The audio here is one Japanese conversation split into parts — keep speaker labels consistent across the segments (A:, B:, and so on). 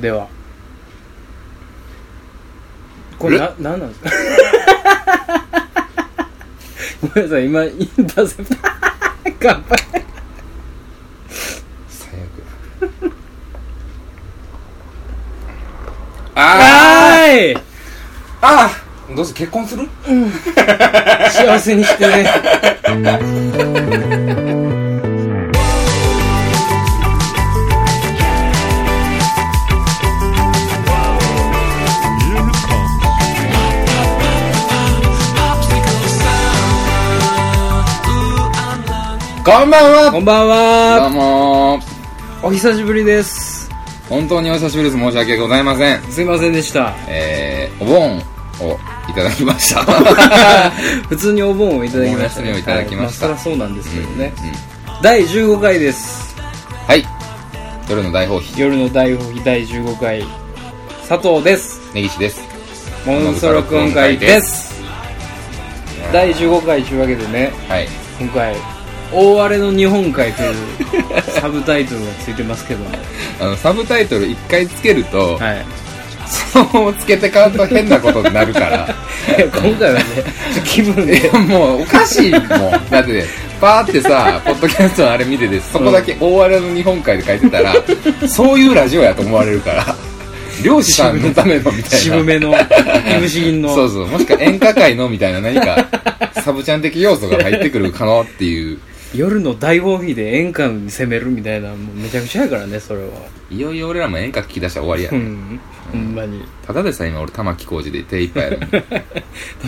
A: ではこれな何なんですか ごめんなさい今インターセプター乾杯
B: 最悪 あ
A: はーい
B: ーあーどうせ結婚する
A: 幸せにしてねこんば
B: こんばんは
A: ん
B: どう
A: は
B: も
A: お久しぶりです
B: 本当にお久しぶりです申し訳ございません
A: すいませんでした
B: えー、お盆をいただきました
A: 普通にお盆をいただきました
B: お盆休みをいただきました
A: はいあそりゃそうなんですけどね、
B: うんうん
A: 第15回です
B: はい夜の大放棄
A: 夜の大放棄第15回佐藤です
B: 根岸です
A: モンストロ今回です第15回というわけでね
B: はい
A: 今回大荒れの日本海というサブタイトルがついてますけども
B: あのサブタイトル一回つけると、
A: はい
B: そのままつけてかんと変なことになるから
A: い や今回はね気分
B: い
A: で
B: やもうおかしいもんだってねパーってさポッドキャストのあれ見ててそこだけ大荒れの日本海で書いてたら、そういうラジオやと思われるから漁師さんのためのみたいな
A: 渋め のいぶし銀の
B: そうそうもしくは演歌界のみたいな何かサブちゃん的要素が入ってくるかなっていう
A: 夜の大放棄で演歌に攻めるみたいなもうめちゃくちゃやからねそれはい
B: よいよ俺らも演歌聞き出したら終わりや、
A: うんほんまに
B: ただでさ今俺玉置浩二で手いっぱいやるのに
A: 玉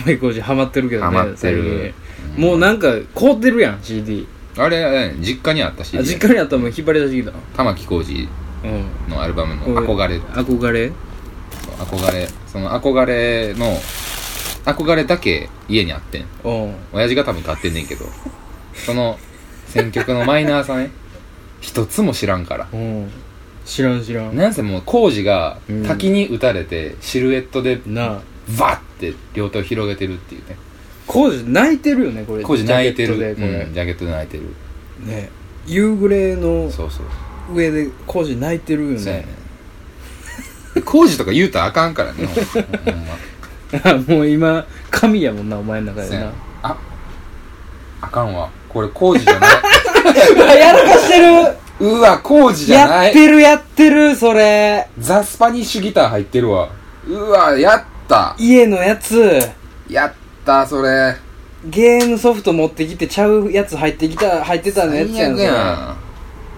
A: 置浩二ハマってるけどね
B: ハマってる
A: 最近もうなんか凍ってるやん CD
B: あれ実家にあったし
A: あ実家にあったらもう引っ張り出してきた
B: 玉置浩二
A: うん
B: のアルバムの「憧れ」
A: 憧れ
B: 憧れその憧れの憧れだけ家にあってん
A: うん
B: 親父が多分買ってんねんけどその選曲のマイナーさね一つも知らんから
A: うん知らん知らん
B: なんせもう浩二が
A: うん
B: 滝に打たれてシルエットで
A: なあ
B: バッて両手を広げてるっていうね
A: 浩二泣いてるよねこれ
B: 浩二泣いてる
A: ジャケットでこれ
B: うん、ジャケットで泣いてる
A: ね夕暮れの
B: そうそう
A: 上で浩二泣いてるよ
B: そう
A: ね
B: やね浩二とか言うたらあかん からねほんまほんま
A: もう今神やもんなお前の中
B: そう
A: で
B: や
A: な
B: ねああかんわこれ浩二じゃな い
A: やらかしてる
B: うわ浩二じゃない
A: やってるやってるそれ
B: ザ・スパニッシュギター入ってるわ。うわ、やった
A: 家のやつ
B: やったそれ。
A: ゲームソフト持ってきてちゃうやつ入ってきた入ってたのやつやんそ
B: 最悪
A: れ
B: や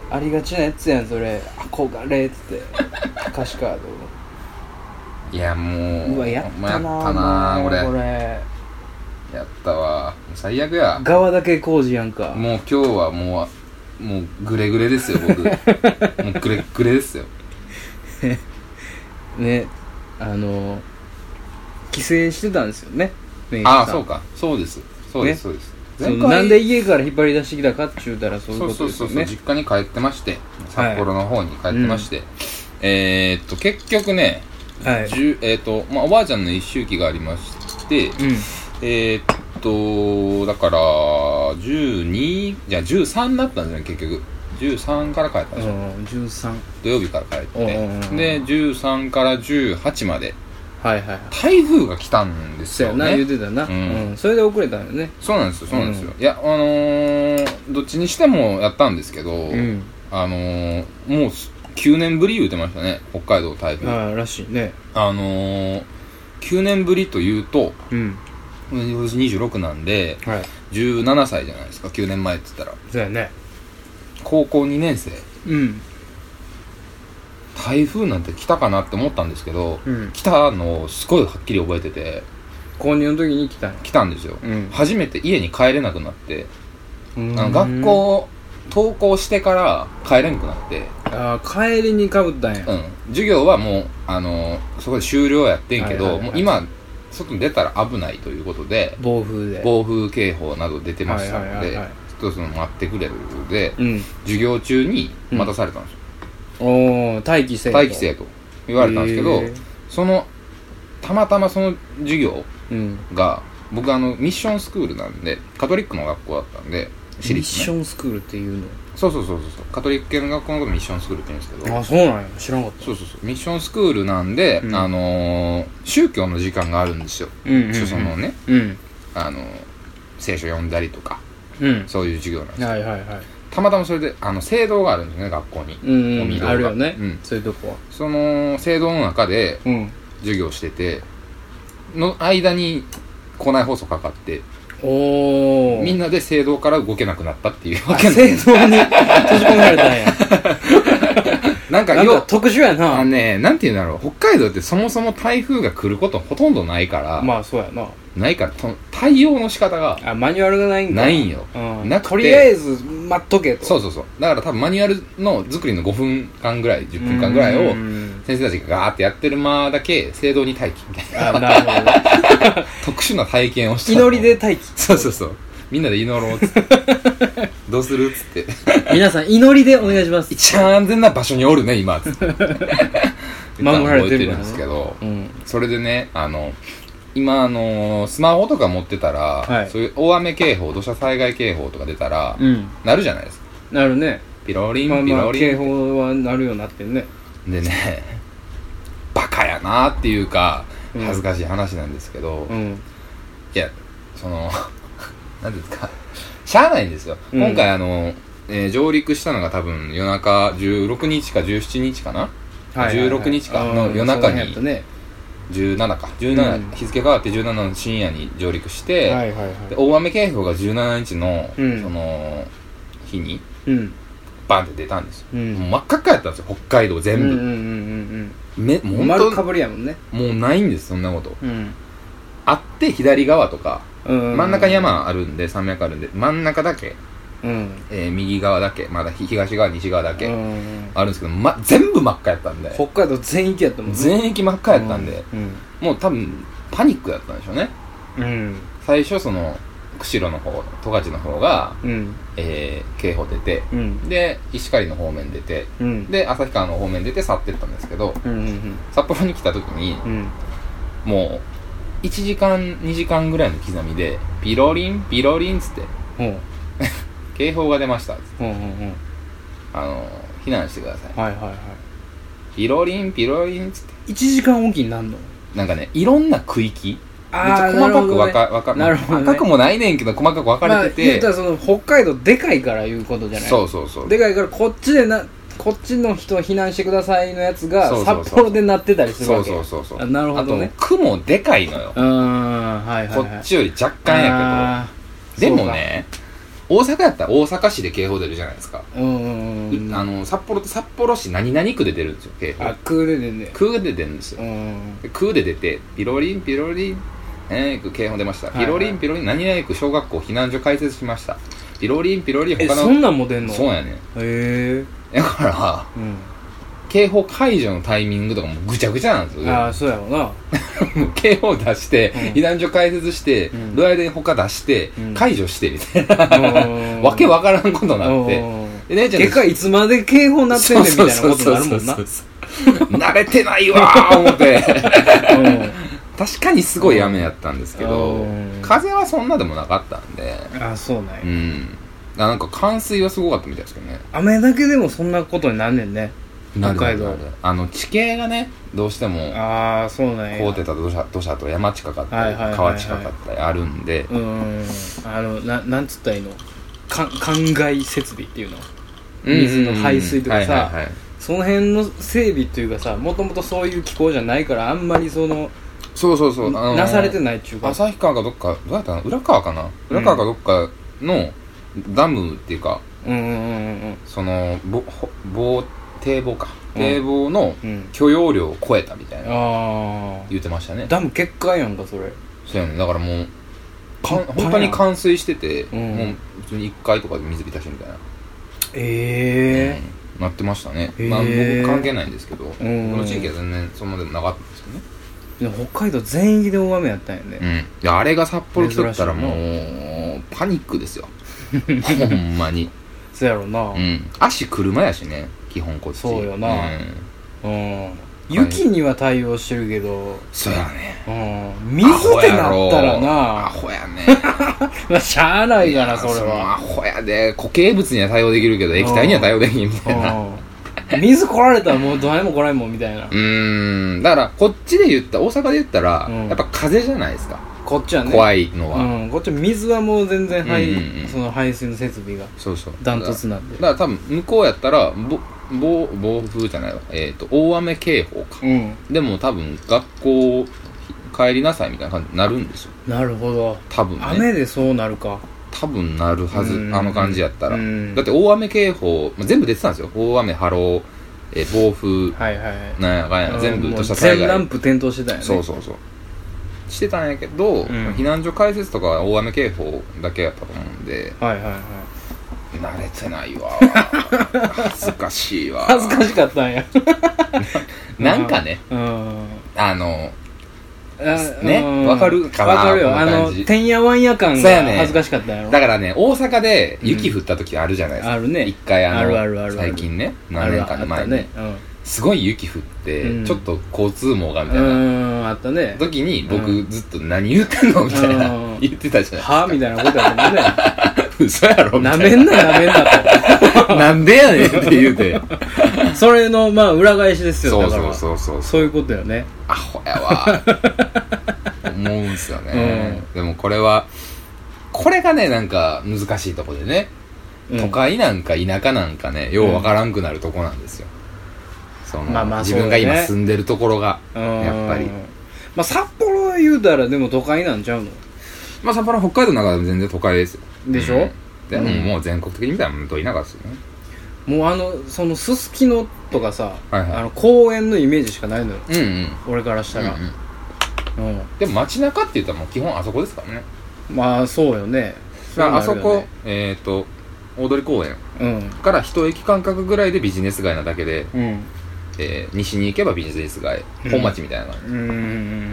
A: あ
B: ん。
A: りがちなやつやんそれ憧れっつって歌詞カード
B: いや、も う。
A: うわやっ
B: ほんま
A: たな
B: やったな
A: もう
B: これ。
A: これ
B: やったわ。最悪や。
A: 側だけ工事やんか
B: もう今日はもう、もうグレグレですよ、 僕。もうグレグレですよ。
A: ねあの帰省してたんですよね根岸さん
B: ああ、そうか。そうです。そうです、そうです。
A: そのなんで家から引っ張り出してきたかっちゅうたらそういう
B: そ
A: こ
B: うそ
A: と
B: う
A: です
B: そう
A: よ
B: そう、
A: ね
B: 実家に帰ってまして、札幌の方に帰ってまして。えー、っと、結局ね、
A: はい
B: じゅえーっと、まあ、おばあちゃんの一周期がありまして、
A: うん
B: えーっと、だから、12、じゃあ13になったんじゃない結局。13から帰ったんでし
A: う
B: ょ、
A: ん13
B: 土曜日から帰って。
A: うんうんうん
B: で、13から18まで、
A: はいはいはい
B: 台風が来たんです
A: そう
B: よ
A: やな言う
B: ね。
A: てたな
B: う
A: うんんそれで遅れたんよね
B: そうなんですよ、そうなんですよ。いや、あのー、どっちにしてもやったんですけど、
A: うん
B: あのー、もうす9年ぶり言うてましたね、北海道台風。
A: ああらしいね
B: あのー、9年ぶりというと、
A: うん
B: 私26なんで、
A: はい
B: 17歳じゃないですか、9年前って言ったら。
A: そうやね
B: 高校2年生。
A: うん
B: 台風なんて来たかなって思ったんですけど、
A: うん
B: 来たのをすごいはっきり覚えてて
A: 購入の時に来たんや
B: 来たんですよ、
A: うん
B: 初めて家に帰れなくなって、あの学校登校してから帰れなくなって、
A: ああ帰りにかぶったんや
B: うん、授業はもうあのそこで終了やってんけど、
A: はいはいはい
B: もう今外に出たら危ないということで
A: 暴風で
B: 暴風警報など出てましたので、
A: はいはいはいはい
B: ちょっとその待ってくれるので、
A: うん
B: 授業中に待たされたんですよ、
A: おお待機せえと
B: 待機生と言われたんですけど、
A: へえ
B: そのたまたまその授業
A: うん
B: が僕あのミッションスクールなんでカトリックの学校だったんで私
A: ミッシ
B: 立ね
A: ョンスクールっていう
B: そうそうそうそうそうカトリック系の学校のことミッションスクールって言うんですけど
A: のあそうなんや知らんかっ
B: そうそうそうミッションスクールなんで、
A: うん
B: あのー宗教の時間があるんですよ、
A: たうんうん、うん、
B: 一応そのね
A: うん
B: あのー聖書読んだりとか
A: うん
B: そういう授業なんですよ
A: はいはいはい
B: たまたまそれであの聖堂があるんですね学校に、
A: うん、
B: お
A: う
B: 見
A: ん、
B: 道が
A: あるよね、
B: うん
A: そういうとこは
B: その聖堂の中で
A: うん
B: 授業してての間に校内放送かかって
A: おお
B: みん
A: な
B: なで聖堂から動けなくなったっていうわけなんで
A: 正当に閉じ込められたん や
B: なんか
A: なん
B: 要
A: か特殊や
B: あ
A: な
B: のねなんて言うんだろう北海道ってそもそも台風が来ることほとんどないから、
A: まあそうやな
B: ないからと対応の仕方が
A: あマニュアルがないんか
B: ないんよ
A: うん、
B: なくて
A: とりあえず待っとけと
B: そうそうそうだから多分マニュアルの作りの5分間ぐらい10分間ぐらいを
A: うん
B: 先生たちがガーってやってる間だけ聖堂に待機みたいな
A: あなるほどね
B: 特殊な体験をして
A: 祈りで待機
B: そうそうそうみんなで祈ろうっつって どうするっつって
A: 皆さん祈りでお願いします
B: 一番安全な場所におるね今っつって
A: 守られてるからね
B: 覚えんですけど
A: うん
B: それでねあの今あのスマホとか持ってたら、
A: はい
B: そういう大雨警報土砂災害警報とか出たら、
A: うん
B: なるじゃないですか
A: なるね
B: ピロリ
A: まあ
B: ンピ
A: ま
B: ロ
A: あ
B: リ
A: 警
B: ン、
A: 報はなるようになってるね
B: でねバカやなっていうか
A: うん
B: 恥ずかしい話なんですけど、
A: う
B: い
A: ん
B: やその なんていうんですかしゃあないんですよ、
A: うん
B: 今回あの、えー上陸したのが多分夜中16日か17日かな16日かの
A: うん
B: 夜中に
A: そうやったね
B: 17か17、
A: うん
B: 日付変わって17の深夜に上陸して、
A: はいはい
B: で
A: は
B: 大雨警報が17日の、
A: うん
B: その日に
A: いうん
B: バンって出たんですよ、
A: うん
B: もう真っ赤っかやったんですよ北海道
A: うん
B: 全
A: うんう
B: 部、
A: ん
B: め
A: うんう
B: もうん本
A: 丸
B: 当
A: かぶりやもんね
B: もうないんですそんなこと
A: うん
B: あって左側とか真
A: 真
B: ん中に山あるんで山脈あるんで真ん中だけ、
A: うん
B: えー右側だけまだひ東側西側だ
A: う
B: け
A: ん
B: あるんですけど、ま、全部真っ赤やったんで
A: 北海道全域やったもんね
B: 全域真っ赤やったんで、
A: うん
B: もう多分パニックだったんでしょうね
A: うん
B: 最初その釧路の方十勝の方が、
A: うん
B: えー警報出て
A: うん
B: で石狩の方面出て
A: うん
B: で旭川の方面出て去ってったんですけど
A: うんうん
B: 札幌に来た時に
A: うんうん
B: もう1時間2時間ぐらいの刻みでピロリンピロリンっつって
A: ほう
B: 警報が出ましたっつって
A: ほうほうほう
B: あの避難してください
A: はいはいはい
B: ピロリンピロリンっつって
A: 1時間おきになんの
B: なんかねいろんな区域めっち
A: あ
B: ゃ
A: ー
B: 細
A: なる
B: か
A: ほ
B: く
A: ど
B: 分
A: ね
B: か分か
A: なるほどね
B: 細かくもないねんけど細かく分かれ
A: まあ、
B: て
A: 言
B: て、
A: ったらその北海道でかいからいうことじゃない
B: そうそうそう
A: でかいからこっちでなこっちの人避難してくださいのやつが
B: そうそうそう
A: 札幌でなってたりする
B: そ
A: わ
B: う
A: け
B: そうそうそう
A: あなるほどね
B: あと雲でかいのよ
A: うーんはいはい、
B: こ
A: はい、
B: っちより若干や
A: あー
B: けどでもね大阪やったら大阪市で警報出るじゃないですか
A: そうかうんうんうんうん
B: あの札幌って札幌市何々区で出るんですよ警報
A: あクールでね
B: 区で出るんです
A: う
B: よ
A: ん
B: で区で出てピロリンピロリン何々区警報出ました
A: はい
B: ピロリンピロリン何々区小学校避難所開設しましたピロリンピロリン
A: え
B: 他
A: そ
B: の
A: んなんも出んの
B: そう
A: へ
B: やね
A: え
B: だから
A: うん
B: 警報解除のタイミングとかもぐちゃぐちゃなんですよ
A: ああそうやろ な
B: もう警報出して、
A: うん
B: 避難所開設して、
A: うん
B: ドライデン他出して、
A: うん
B: 解除してみたいな、わ
A: わ
B: けわからんことになっ
A: う
B: て。
A: ん
B: で、姉ちゃん
A: 結果いつまで警報なってんねんみたいなことになるもんな
B: そうそうそうそう慣れてないわー思って。確かにすごい雨やったんですけど
A: うん、
B: 風はそんなでもなかったんで、
A: うんああそうなんや
B: うん。あなんか冠水はすごかったみたいですけどね。
A: 雨だけでもそんなことになんねんね北海道
B: なるなるあの、地形がね、どうしても、
A: ああそうなんや
B: 凍ってた土砂土砂と山近かった
A: はい
B: り、
A: はいはいはい
B: 川近かったりあるんで、
A: うーんあのななんつったらいいのか灌漑設備っていうの水の排水とかさ
B: うんうんうんはいはいはい
A: その辺の整備っていうかさもともとそういう気候じゃないからあんまりその
B: そうそうそう、あのー
A: なされてないっちゅうか
B: 旭川かどっかどうやったの浦川かな浦川かどっかのダムっていうか
A: うんうんうん
B: そのぼほ防堤防か
A: うん
B: 堤防の
A: うんうん
B: 許容量を超えたみたいな
A: あ
B: 言ってましたね
A: あダム決壊やんかそれ
B: そうやねだからもうかん
A: パン
B: 本当に冠水してて、
A: ん
B: もう普通に1階とかで水浸しみたいな、
A: ええ
B: うんなってましたね、
A: へー
B: まあ、僕関係ないんですけど、僕
A: ん
B: の地域は全然そんなでもなかったんですよね
A: でも北海道全域で大雨やったんや
B: う
A: ね
B: ん、いやあれが札幌来とったら
A: 珍しい
B: も
A: な
B: うパニッ クですよほんまに、
A: そうやろな
B: うん、足車やしね基本こっち
A: そうよな
B: うん
A: うん雪には対応してるけど、
B: そうやね
A: うん、水ってなったら
B: ア
A: な、
B: ホやね
A: まあ、 しゃあないがな、それ
B: のア
A: は。
B: ホやで固形物には対応できるけど液体には対応できんみたいな
A: うん水来られたらもうどないも来ないもんみたいな
B: う。ーんだからこっちで言った大阪で言ったら、
A: うん
B: やっぱ風じゃないですか
A: こっちはね。
B: 怖いのは、
A: うん、こっち水はもう全然排、
B: うんうんうん
A: その排水の設備が
B: そうそう
A: ダントツなんで
B: だから多分向こうやったらぼ暴暴風じゃないわえっ、と大雨警報か
A: うん
B: でも多分学校帰りなさいみたいな感じになるんですよ
A: なるほど
B: 多分ね
A: 雨でそうなるか
B: 多分なるはず
A: うん
B: あの感じやったら
A: うん
B: だって大雨警報、まあ、全部出てたんですよ大雨波浪、えー暴風
A: はいはいはい
B: なんやかんや全部
A: もう
B: 土砂災
A: 全ラン
B: 害
A: プ点灯してたよね
B: そうそうそうしてたんやけど、
A: ん
B: 避難所開設とかは大雨警報だけやったと思うんで
A: はいはいはい
B: 慣れてない わ恥ずかしいわ
A: 恥ずかしかったんや
B: なんかね
A: うん
B: あの
A: あ
B: ね
A: うん
B: わかるかな
A: わかる
B: こ
A: よ
B: の
A: あの
B: 感じ
A: てんやわんや感
B: そう
A: が
B: やね
A: 恥ずかしかったんやろ
B: だからね大阪で雪降った時あるじゃないですか、
A: あるね
B: 一回あの
A: あるあるある
B: 最近ね
A: あ
B: 何
A: る
B: 年
A: あ
B: か
A: あ
B: の
A: った
B: 前に、
A: ね
B: すごい雪降って、
A: うん
B: ちょっと交通網がみ
A: うんう
B: たいな
A: ーんあったね
B: 時に僕、
A: う
B: ずっと何言ってんのみたいな、
A: うん
B: 言ってたじゃない
A: はみたいなことやもん ね
B: 嘘やろみた
A: ないめんななめんな
B: ななんでやねんって言う
A: と
B: て
A: それのまあ裏返しですよ
B: そ
A: だ
B: う
A: から
B: そうそうそう
A: そういうことよね
B: アホやわ思うんすよね、でもこれはこれがねなんか難しいとこでね、
A: うん
B: 都会なんか田舎なんかねようわからんくなるとこなんですよ、その
A: まあまあ
B: 自分が
A: そうだ
B: 今
A: ね
B: 住んでるところが、やっぱり
A: うんまあ札幌言うたらでも都会なんちゃうの
B: まあ札幌北海道の中でも全然都会ですよ
A: でしょ
B: うんでも、
A: うん
B: もう全国的に見たら本当田舎ですよね
A: もうあのそのすすきのとかさ、
B: はいはい
A: あの公園のイメージしかないのよ
B: うんうん
A: 俺からしたら、
B: うんうん
A: うん
B: でも街中って言ったらもう基本あそこですからね
A: まあそうよね
B: だからあそ
A: れは
B: こ
A: るよね
B: えっ、と大通公園
A: うん
B: から一駅間隔ぐらいでビジネス街なだけで
A: うん
B: えー西に行けばビジネス街
A: うん
B: 本町みたいな感じ、
A: うんう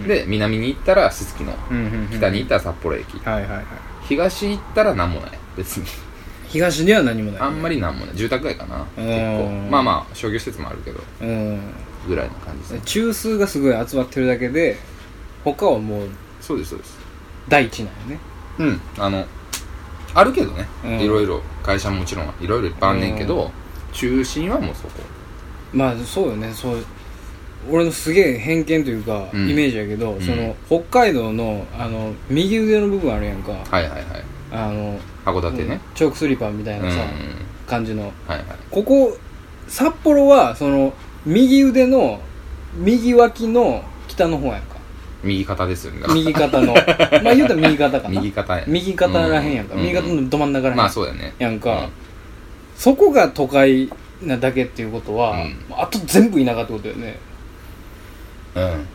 A: ん
B: で南に行ったらすすきの
A: うんうんうん
B: 北に行ったら札幌駅、
A: はいはいはい
B: 東行ったら何もない別に
A: 東には何もない
B: あんまり何もない住宅街かな結構
A: うん
B: まあまあ商業施設もあるけど
A: うん
B: ぐらいの感じですね
A: 中枢がすごい集まってるだけで他はもう
B: そうですそうです
A: 大地なんよね
B: うんあのあるけどね、
A: うん
B: いろいろ会社ももちろんいろいろいっぱいあんねんけど、中心はもうそこ
A: まあそうよねそう俺のすげえ偏見というか、
B: うん
A: イメージやけど、
B: ん
A: その北海道のあの右腕の部分あるやんか
B: はいはいはい
A: あの
B: 函館ね
A: チョークスリーパーみた
B: う
A: い
B: ん、う
A: なんさ、感じの
B: はいはい
A: ここ札幌はその右腕の右脇の北の方やんか
B: 右肩ですよね
A: 右肩 のまあ言うたら右肩かな
B: 右肩やね
A: 右肩らへんやんか、
B: う
A: 右肩のど真ん中らへん
B: まあそうだよね
A: やんか、
B: うん
A: そこが都会なだけっていうことは、
B: うん
A: あと全部田舎ってことだよね
B: うん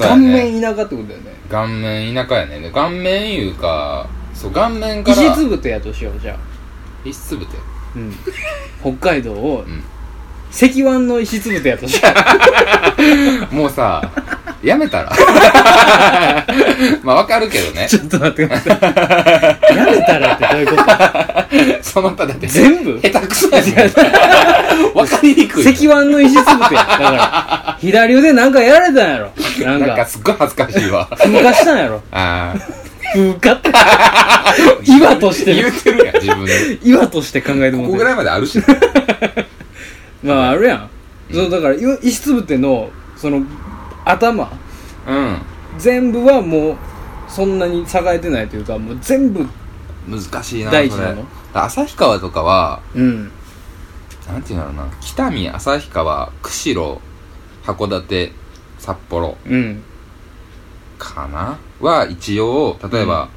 A: 顔面田舎ってことだよね
B: 顔面田舎やねで顔面いうかそう顔面か
A: 石
B: ら
A: つぶてやとしようじゃあ、
B: 石つぶて
A: うん、北海道を、
B: ん
A: 石腕の石つぶてやとしよ
B: もうさ やめたら まあわかるけどね
A: うちょっと待ってくださいやめたらってどういう こと
B: その他だって
A: 全部
B: 下手くそやねんわかりにくい
A: 石腕の石つぶてやだから左腕なんかやられたんやろなん
B: なんか
A: か
B: すっごい恥ずかし いわ
A: 風化したんやろ
B: ああ
A: 風化って岩として
B: 言
A: る
B: ってるやん自分 で
A: 岩として考えても
B: こ
A: らって
B: こぐ
A: る
B: らいまであるし
A: まああるやん、そうだからい石つぶてのその頭
B: うん
A: 全部はもうそんなに栄えてないというかもう全部
B: 難しいな
A: 大事
B: それ
A: なの
B: 旭川とかは
A: うん
B: なんていうんだろうな北見旭川釧路函館札幌
A: うん
B: かなは一応例えば、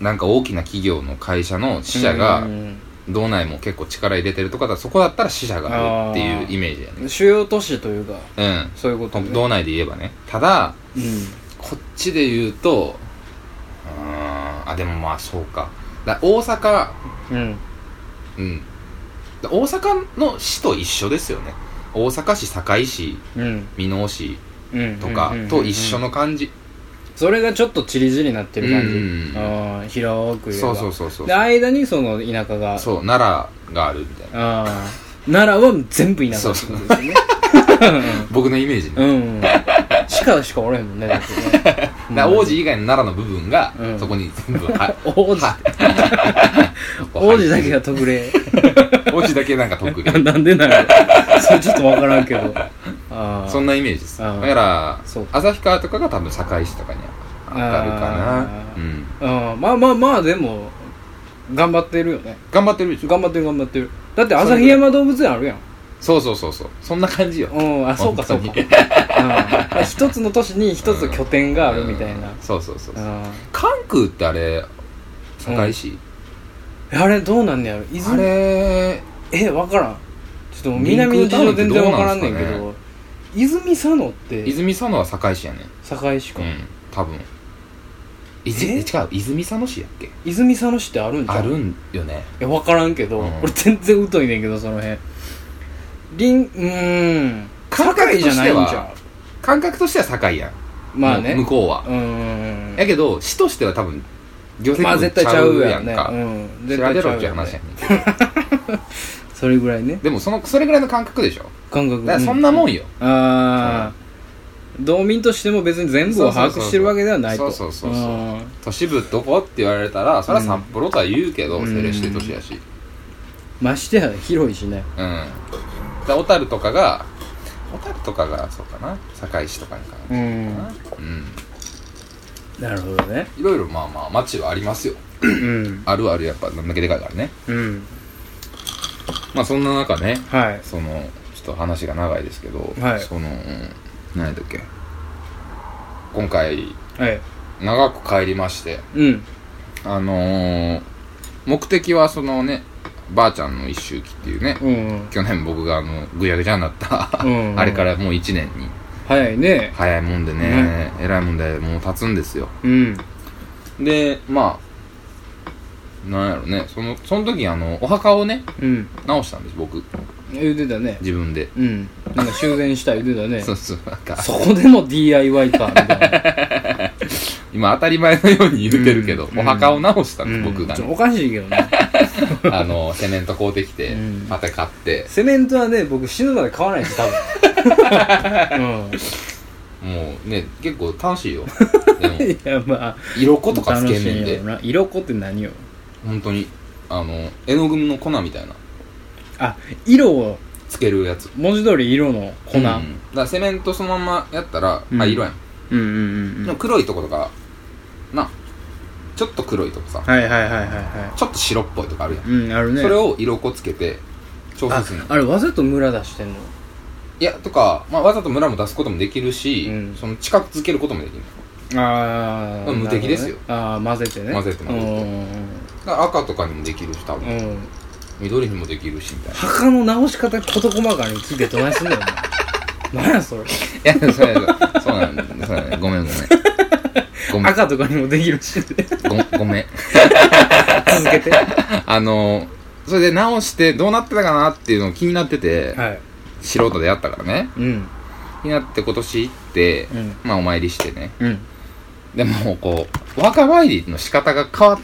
B: なんか大きな企業の会社の支社が
A: うん
B: 道内も結構力入れてるとかだそこだったら支社があるっていうイメージやね
A: 主要都市というか
B: う
A: そういうこと
B: ん
A: ね
B: 道内で言えばねただ
A: うん
B: こっちで言うとうーんあでもまあそうかだ大阪
A: うん
B: うんだ大阪の市と一緒ですよね大阪市堺市
A: うん
B: 箕面市
A: うん
B: とか
A: うん
B: と一緒の感じ
A: それがちょっとチリジリになってる感じ、
B: う
A: うんん広く言えば
B: そうそうそうそう
A: で間にその田舎が
B: そう奈良があるみたいな
A: ああ奈良は全部田舎ってことですよね
B: 僕のイメージね、
A: うん鹿しかおらへんもんねだってね
B: だから王子以外の奈良の部分が、
A: うん
B: そこに 全部は
A: 王子
B: は
A: 王子だけが特例
B: 王子だけなんか特に
A: なんでなんやろそれちょっとわからんけどあ
B: そん
A: な
B: なイメージですだ
A: あー
B: から
A: そうか
B: 旭川とかが多分堺市とかに当たるかな
A: あ、ー
B: うん、
A: うんまあまあまあでも頑張ってるよね
B: 頑張ってるでしょ
A: 頑張ってる頑張ってるだって旭山動物園あるやん
B: そうそうそうそうそんな感じよ
A: うんあそうかそうか、
B: 本当に
A: うん、一つの都市に一つの拠点があるみたいな
B: うんそうそうそう
A: うん
B: 関空ってあれ堺市、
A: あれどうなんねやろ伊
B: あ
A: 豆
B: れ
A: え分からんちょっともう南の事情全然分からんねんけ
B: リンクタウンってどうな
A: ど泉佐野って
B: 泉佐野は堺市やね
A: 堺市か、
B: うん多分いず
A: え
B: 違う泉佐野市やっけ
A: 泉佐野市ってあるんじゃん
B: あるんよね
A: いや分からんけど、
B: うん
A: 俺全然疎いねんけどその辺りんうーん
B: 感覚と
A: 堺
B: して
A: じ
B: は
A: ゃないんじゃ
B: 感覚としては堺やん
A: んまあね
B: 向こうは
A: うーん
B: やけど市としては多分行
A: まあ
B: 政
A: 絶
B: 区ち
A: 対ち
B: ゃ
A: ゃ
B: う
A: う
B: や
A: や
B: ん
A: んね
B: か、
A: うん
B: 調
A: 絶対
B: べ
A: ちゃ
B: ろっ
A: う
B: てい
A: や
B: うん話や
A: ね
B: ねんけど
A: それぐらいね
B: でもそのそれぐらいの感覚でしょ
A: 感覚
B: だからそんなもんよ、
A: うんああ道民としても別に全部を把握してるわけではないと
B: そうそうそうそう
A: うん
B: 都市部どこって言われたらそれは札幌とは言うけ
A: う
B: ど、
A: ん
B: 政令指定都市やし
A: ましてや広いしね
B: うんだから小樽とかが小樽とかがそうかな堺市とかにか
A: う
B: な、
A: ん
B: うん、
A: なるほどね
B: いろいろまあまあ街はありますよ
A: うん
B: あるあるやっぱどんだけでかいからね
A: うん
B: まあそんな中ね
A: はい
B: そのちょっと話が長いですけど、
A: はい
B: その何だっけ今回
A: はい
B: 長く帰りまして
A: うん
B: あのー、目的はそのねばあちゃんの一周期っていうね、
A: うん
B: 去年僕があのぐやぐちゃになった、
A: うん
B: あれからもう1年に
A: 早いね
B: 早いもんでね、えらいもんでもう経つんですよ
A: うん
B: でまあなんやろねそのその時あのお墓をね
A: うん
B: 直したんです僕
A: 言うてたね
B: 自分で、
A: うんなんか修繕したい言うてたね
B: そうそうなんか
A: そこでの DIY かみたいな
B: 今当たり前のように言うてるけど、
A: うん
B: お墓を直したんです、
A: うん
B: 僕が
A: ちょ
B: ね、
A: おかしいけどね
B: あのセメント買うてきて
A: うん
B: また買って
A: セメントはね僕死ぬまで買わないし多 分うん
B: もうね結構楽し いよでも
A: いやまあ
B: 色粉とかつけんね
A: 楽
B: ん
A: しい
B: で
A: よな色粉って何よ
B: 本当にあの絵の具の粉みたいな
A: あ色を
B: つけるやつ
A: 文字通り色の粉、う、
B: うんんだからセメントそのままやったら、
A: うん
B: あ色やん、
A: うんうんうん
B: でも黒いとことかなちょっと黒いとこさ、
A: はいはいはいはいは
B: ちょっと白っぽいとかあるやん、
A: いうんあるね
B: それを色粉つけて調
A: あ
B: 整するの
A: あれわざとムラ出してんの
B: いやとか、まあ、わざとムラも出すこともできるし、
A: うん
B: その近く付けることもできる
A: ああ、
B: 無敵ですよ
A: なるほどねああ混ぜてね
B: 混ぜて混ぜてだから赤とかにもできるし多
A: うん
B: 分、
A: うんうん
B: 緑にもできるしみたいな
A: 墓の直し方事細かに聞いてどないすんのよお前 何やそれ
B: いやそうやそうそうなんだそうなんだごめんごめんごめん
A: 赤とかにもできるし 続
B: ごごめん
A: けては
B: あのそれで直してどうなってたかなっていうのを気になってて、
A: い
B: 素人でやったからね
A: うん
B: 気になって今年行って、
A: うん
B: まあお参りしてね
A: うん
B: でもこう若参りの仕方が変わっ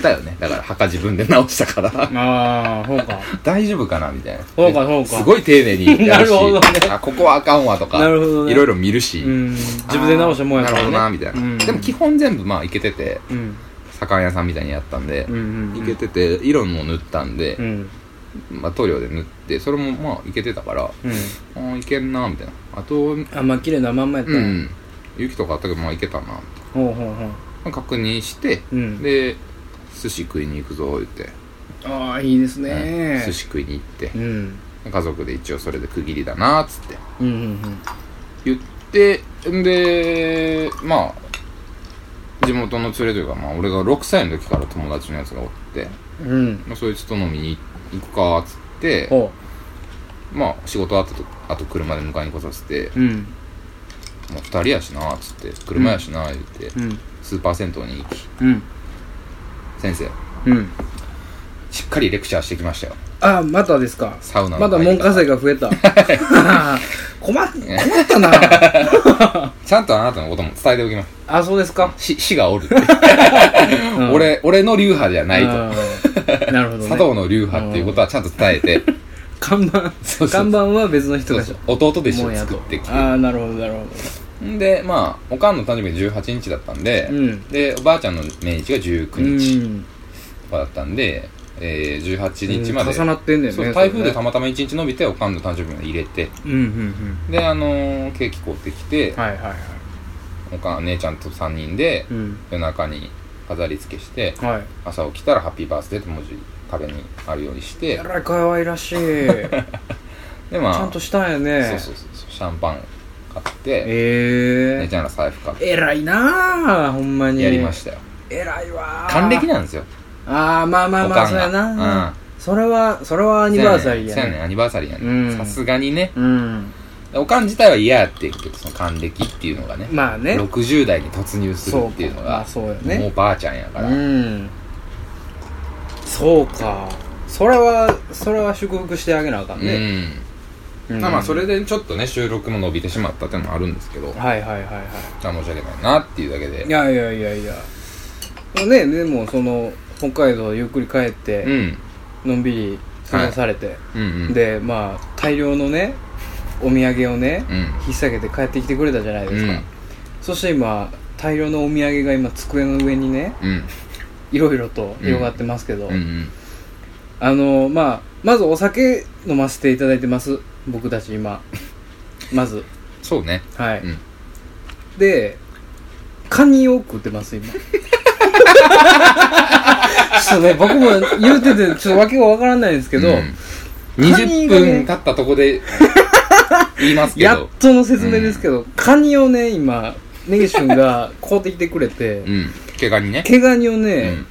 B: たよねだから墓自分で直したから
A: ああそうか
B: 大丈夫かなみたいな
A: そうかそうか
B: すごい丁寧にやる し
A: なるほどね
B: あここはあかんわとか
A: なるほどね
B: いろいろ見るし、
A: うん自分で直したもんや
B: か、
A: かららね
B: ね、なるほどなみたいな、
A: うん
B: でも基本全部まあいけてて
A: うん
B: 酒屋さんみたいにやったんで
A: うん、うん
B: いけてて色も塗ったんで
A: う、ん
B: まあ、塗料で塗ってそれもまあいけてたから
A: うん
B: あーいけんなみたいなあと
A: あまあ綺麗なまんまやった
B: う
A: ね
B: ん雪とかあったけどまあいけたなみ
A: ほうほうほう
B: たいな確認して、
A: うん
B: で寿司食いに行くぞ言って、
A: ああいいです
B: うん
A: ね
B: 寿司食いに行って
A: うん
B: 家族で一応それで区切りだなっつって
A: うんうん
B: 言ってんでまあ地元の連れというか、まあ、俺が6歳の時から友達のやつがおって、
A: うんうん
B: まあ、そいつと飲みに行くかっつって
A: ほ
B: まあ仕事あったとあと車で迎えに来させて
A: ううん
B: 「もう2人やしな」っつって「車やしな」言って、
A: うん
B: スーパー銭湯に行き
A: うん
B: 先生
A: うん
B: しっかりレクチャーしてきましたよ
A: ああまたですか
B: サウナの
A: まだ門下生が増えた困っ 困ったな
B: ちゃんとあなたのことも伝えておきます
A: あそうですか
B: し 死がおるって俺俺の流派じゃないと
A: となるほどね
B: 佐藤の流派っていうことはちゃんと伝えて
A: 看板
B: そうそう
A: 看板は別の人
B: そう
A: が
B: そう弟弟子
A: も
B: を
A: うや
B: 作
A: と
B: ってきて
A: ああなるほどなるほ
B: んでまあおかんの誕生日が18日だったんで、
A: どうん
B: でおばあちゃんの命日が19日
A: うん
B: とかだったんで、えー、18日まで、
A: 重なってんだよね
B: そう台風で
A: それ
B: た
A: ね
B: またま1日伸びておかんの誕生日まで入れて
A: うんうん
B: であのーケーキ買ってきて、
A: うんはいはいはい
B: おかん姉ちゃんと3人で
A: うん
B: 夜中に飾り付けして
A: はい
B: 朝起きたら「ハッピーバースデー」って文字壁にあるようにして
A: えらい可愛ら しいち
B: でまあ
A: ゃんとしたんやね
B: そうそうそうシャンパン買って
A: え
B: 姉
A: え
B: ちゃんら財布買っ
A: えらいなあほんま
B: て
A: に
B: やりましたよ
A: えらいわあ
B: 還暦なんですよ
A: ああまあまあ
B: お
A: ま
B: か
A: あ
B: ん
A: そう
B: が
A: やなそれはそれはア
B: ア
A: ニバーサリーや
B: そうやね
A: ね
B: んアニバーサリーや
A: う
B: ねん
A: ん
B: さすがにね
A: うん
B: おかん自体は嫌やっていうけどその還暦っていうのがね
A: まあね
B: 60代に突入するっていうの
A: ま
B: が
A: あそうよ
B: もう
A: ね
B: ばあちゃんやか
A: う
B: ら
A: んそうかそれはそれは祝福してあげなあかん
B: う
A: ね、
B: ん
A: うん
B: まあまあそれでちょっとね収録も伸びてしまったっていうのもあるんですけど
A: はいはいはいは
B: あ申し訳ないなっていうだ
A: い
B: け
A: い
B: で
A: やいやいやいやねでもその北海道ゆっくり帰っ
B: う
A: て
B: ん
A: のんびり過ごされて、
B: うんうん
A: でまあ大量のねお土産をね、
B: うん
A: 引っ提げて帰ってきてくれたじゃないですか、
B: うん
A: そして今大量のお土産が今机の上にね
B: うん
A: いろいろと広がってますけど、
B: うんうん
A: あのまあまずお酒飲ませていただいてます僕たち今 まず
B: そうね
A: はい、
B: うん
A: でカニを食って ます今ちょっとね僕も言うててちょっと訳がわからないんですけど、
B: うん
A: カニ
B: 20
A: がね
B: 分経ったとこで言いますけ
A: やっ
B: ど
A: との説明ですけど、カニをね今ネギシュン が買うてきてくれて
B: うん毛ガニね
A: 毛ガニをね、
B: うん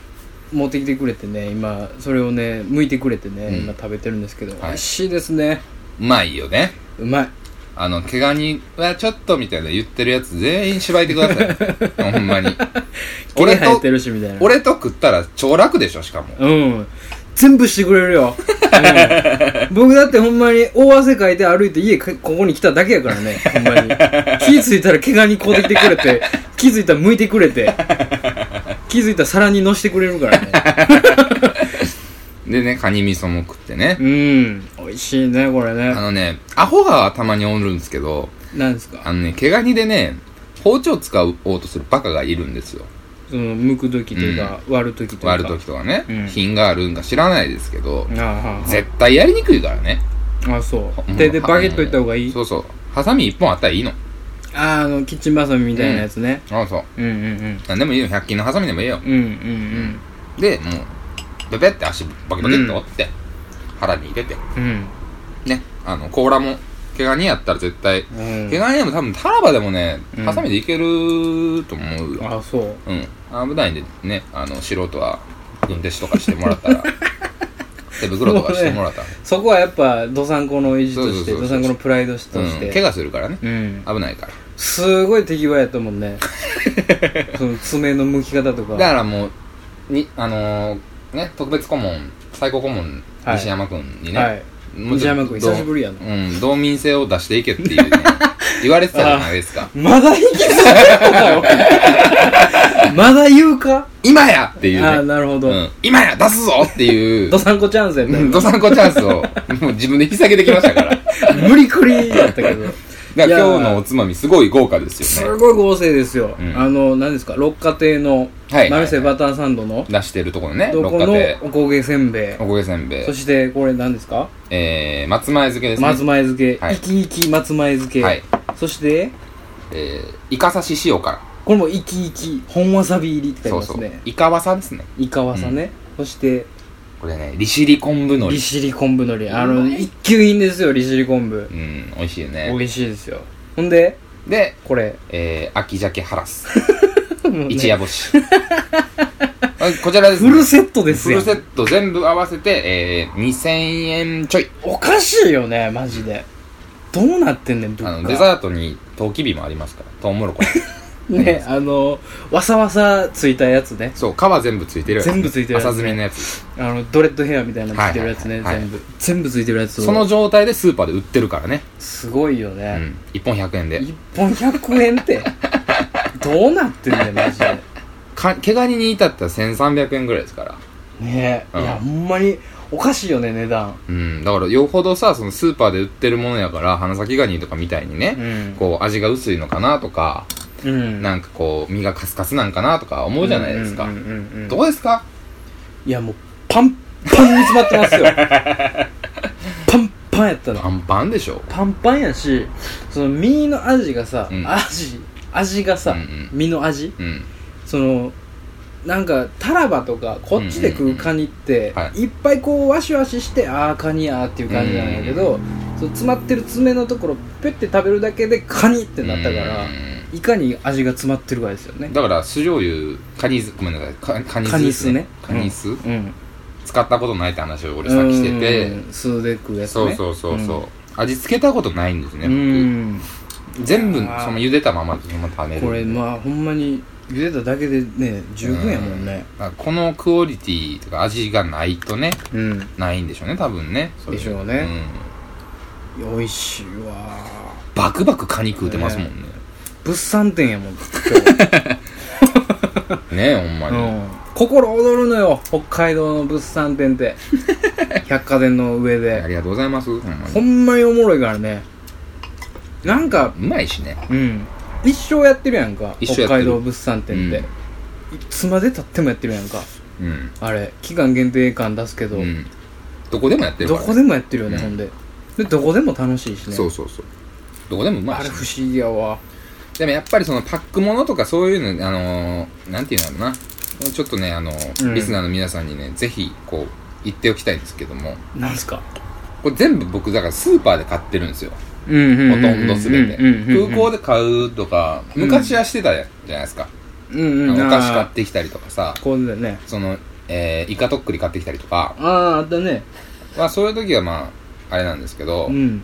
A: 持ってきてくれてね今それをね剥いてくれてね、
B: うん
A: 今食べてるんですけど、
B: い
A: 美味しいですね
B: うまいよね
A: うまい
B: あの毛ガニはちょっとみたいな言ってるやつ全員しばいてくださ いほんまに
A: 毛
B: 俺
A: 生え
B: と
A: てるしみたいな
B: 俺と食ったら超楽でしょしかも
A: うん全部してくれるよ、うん僕だってほんまに大汗かいて歩いて家かここに来ただけやからねほんまに気づいたら毛ガニこうてきてくれて気づいたら剥いてくれて気づいたら皿にのしてくれるからね
B: でねカニ味噌も食ってね
A: うん美味しいねこれ
B: あ
A: ね
B: のねアホがたまにおるんですけど
A: なんですか
B: あのね毛ガニでね包丁使おうとするバカがいるんですよ
A: その剥く時というか、割る時というか
B: 割る時とかね、
A: うん
B: 品があるんか知らないですけど、
A: ああ
B: 絶対やりにくいからね
A: ああそう手で
B: もう
A: バゲットいった方がいい
B: そうそうハサミ一本あったらいいの
A: ああのキッチンバサミみたいなやつね、
B: あそう
A: うん、うんうん
B: 何でもいいの100均のハサミでもいいよ
A: うんうんうん
B: でもうベベって足バキバキっと折って、腹に入れて
A: うん
B: ねあの甲羅も毛ガニやったら絶対
A: うん
B: 毛ガニでも多分タラバでもね
A: うん
B: ハサミでいけると思うよ
A: ああそう
B: うん危ないんでねあの素人は軍弟子とかしてもら ったら手袋とかしてもらったら
A: そこはやっぱどさんこの意地として
B: そうそうそうそう
A: どさんこのプライドとして、
B: うん、怪我するからね
A: うん
B: 危ないから
A: すごい手際やったもん ねその爪の剥き方とか
B: だからもうにあのーね特別顧問最高顧問
A: はい
B: 西山君にね、
A: はい
B: もうちょっと
A: 西山君久しぶりやな
B: うん道民性を出していけってい うね言われてたじゃないですか
A: まだ引きずるのかよ まだ言うか
B: 今やっていうね
A: ああなるほど、
B: うん、今や出すぞっていう
A: どさんこチャンスやったよ
B: うんどさんこチャンスをもう自分で引き下げてきましたからだか
A: 無理くりやったけど
B: ら
A: い
B: 今
A: やー
B: 日のおつまみすごい豪華です
A: す
B: よね
A: ごい豪勢ですよ、
B: うん
A: あの何ですか六花亭の
B: はい
A: マルセイバターサンドの
B: 出してるところね
A: ど
B: 六
A: こ
B: 花
A: の
B: 亭
A: おこげせんべい
B: おこげせんべい
A: そしてこれ何ですか
B: えー、松前漬けですね
A: 松前漬け
B: はい
A: 生き生き松前漬
B: はい
A: けそして
B: えー、イカ刺し塩辛
A: これも生き生き本わさび入りって書いて
B: そう
A: ます
B: そう
A: ね
B: イカワサですね
A: いかわさねそして
B: これね利尻昆布の
A: 利
B: り
A: 尻昆布のりあの
B: うまい
A: 一級品ですよ利尻昆布
B: うん美味しいよ
A: 美
B: ね
A: 味しいですよほんで
B: で
A: これ
B: えー、秋鮭ハラス
A: もうね
B: 一夜干し はいこちらです
A: フ
B: ね、
A: ルセットです
B: フ
A: よ
B: ルセット全部合わせて、えー、2000円ちょい
A: おかしいよねマジでどうなってんねん
B: あ
A: 物
B: のデ
A: 価
B: ザートにトウキビもありますからトウモ ロコシ
A: ねあのわさわさついたやつね
B: そう皮全部ついてるやつ
A: 全部ついてるやつね
B: 浅摘みのやつ
A: あのドレッドヘアみたいなのついてるやつね
B: はいはいはい
A: 全部全部ついてるやつを
B: その状態でスーパーで売ってるからね、
A: すごいよね、
B: うん、1本100円で
A: 一本100円って どうなってんだよマジで
B: か毛ガニに至ったら1300円ぐらいですから
A: ねえ、
B: うん
A: いやほんまにおかしいよね値段
B: うん、だからよほどさそのスーパーで売ってるものやから花咲ガニとかみたいにね、
A: うん
B: こう味が薄いのかなとか、
A: うん
B: なんかこう身がカスカスなんかなとか思うじゃないですか、
A: うんうんうんうん
B: どうですか
A: いやもうパンパンに詰まって ますよパンパンやったの
B: パンパンでしょ
A: パンパンやしその身の味がさ、
B: うん
A: 味味がさ、
B: うんうん
A: 身の味
B: うん
A: そのなんかタラバとかこっちで食うカニって、、
B: うんうんうんはい
A: っぱいこうワシワシしてああカニやーっていう感じなんやけど、その詰まってる爪のところペッて食べるだけでカニってなったから、
B: う
A: いかに味が詰まってるかですよね
B: んだから酢醤油カニ酢ごめんなさいカカニ酢です
A: カ
B: カ
A: ニ
B: ニ
A: 酢
B: 酢、
A: うん
B: 使ったことないって話を俺さっきしてて、
A: うん酢で食うやつね
B: そうそうそうそう、味付けたことないんですね、
A: う
B: 僕
A: ん
B: 全部そ
A: あー
B: の茹でたままそのまま食べる
A: これまあほんまに茹でただけでね十分やもんね
B: だからこのクオリティとか味がないとね
A: うん、
B: ないんでしょうね多分ねそれ
A: でしょうね
B: ん
A: 美味しいわ
B: バクバクカニ食うてますもんね、
A: 物産展やもん今
B: ねえほんま
A: 日、
B: に、
A: うん、心躍るのよ北海道の物産展って 百貨店の上
B: あ
A: で
B: りがとうございますほんま
A: ほ
B: に
A: んまにおもろいからねなんか
B: うまいしね
A: うん一生やってるやんか
B: 一生や
A: 北
B: ってる
A: 海道物産展って、いつまでたってもやってるやんか
B: うん、
A: あれ期間限定感出すけど、
B: うん、どこでもやってるか
A: ど
B: ら、ね、
A: こでもやってるよね、
B: うん
A: ほんででどこでも楽しいしね
B: そうそうそうどこでもうまいし
A: あ
B: ね
A: れ不思議やわ
B: でもやっぱりそのパックものとかそういうの、あのー、なんていうんだろうな。ちょっとね、あのー
A: うん
B: リスナーの皆さんにね、ぜひ、こう、言っておきたいんですけども、
A: なんすか
B: これ全部僕、だからスーパーで買ってるんですよ。
A: ほとん
B: ほとんどすべて。空港
A: で
B: で買うとか、昔はしてたじゃないですか。あのお菓子買ってきたりとかさ、
A: こうだよね
B: その、えー、イカとっくり買ってきたりとか、
A: あああったね
B: まあそういう時はまあ、あれなんですけど、
A: う
B: も
A: ん